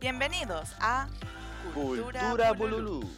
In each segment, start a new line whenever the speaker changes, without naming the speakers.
Bienvenidos a Cultura,
Cultura
Bululú.
Bululú,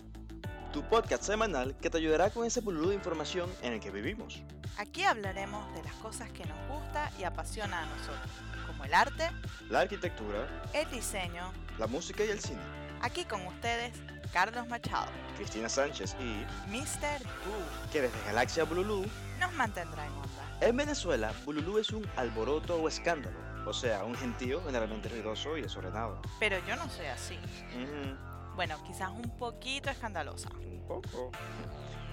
tu podcast semanal que te ayudará con ese bululú de información en el que vivimos.
Aquí hablaremos de las cosas que nos gusta y apasiona a nosotros, como el arte,
La arquitectura,
el diseño.
la música y el cine.
Aquí con ustedes, Carlos Machado,
Cristina Sánchez y
Mr. Boo,
que desde Galaxia Bululú,
nos mantendrá en onda.
en Venezuela, Bululú es un alboroto o escándalo, o sea, un gentío generalmente ruidoso y desordenado.
Pero yo no soy así.
Mm,
Bueno, quizás un poquito escandalosa.
un poco.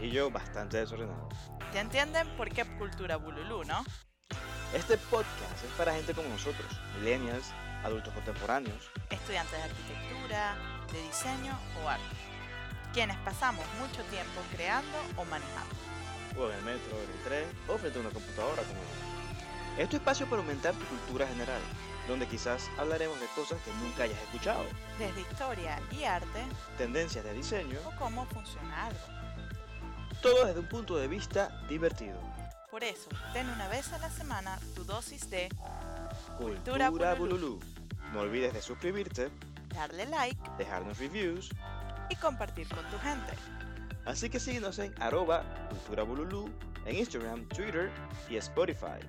Y yo bastante desordenado.
¿Ya entienden por qué Cultura Bululú, no?
Este podcast es para gente como nosotros, millennials, adultos contemporáneos,
Estudiantes de arquitectura, de diseño o arte. Quienes pasamos mucho tiempo creando o manejando.
o en el metro, en el tren, o frente a una computadora como yo. Es tu espacio para aumentar tu cultura general, donde quizás hablaremos de cosas que nunca hayas escuchado,
desde historia y arte
tendencias de diseño,
o cómo funciona algo.
todo desde un punto de vista divertido.
Por eso, ten una vez a la semana tu dosis de
Cultura
Bululú.
Bululú. No olvides de suscribirte,
darle like
dejarnos reviews,
y compartir con tu gente.
así que síguenos en arroba cultura bululú en Instagram, Twitter y Spotify.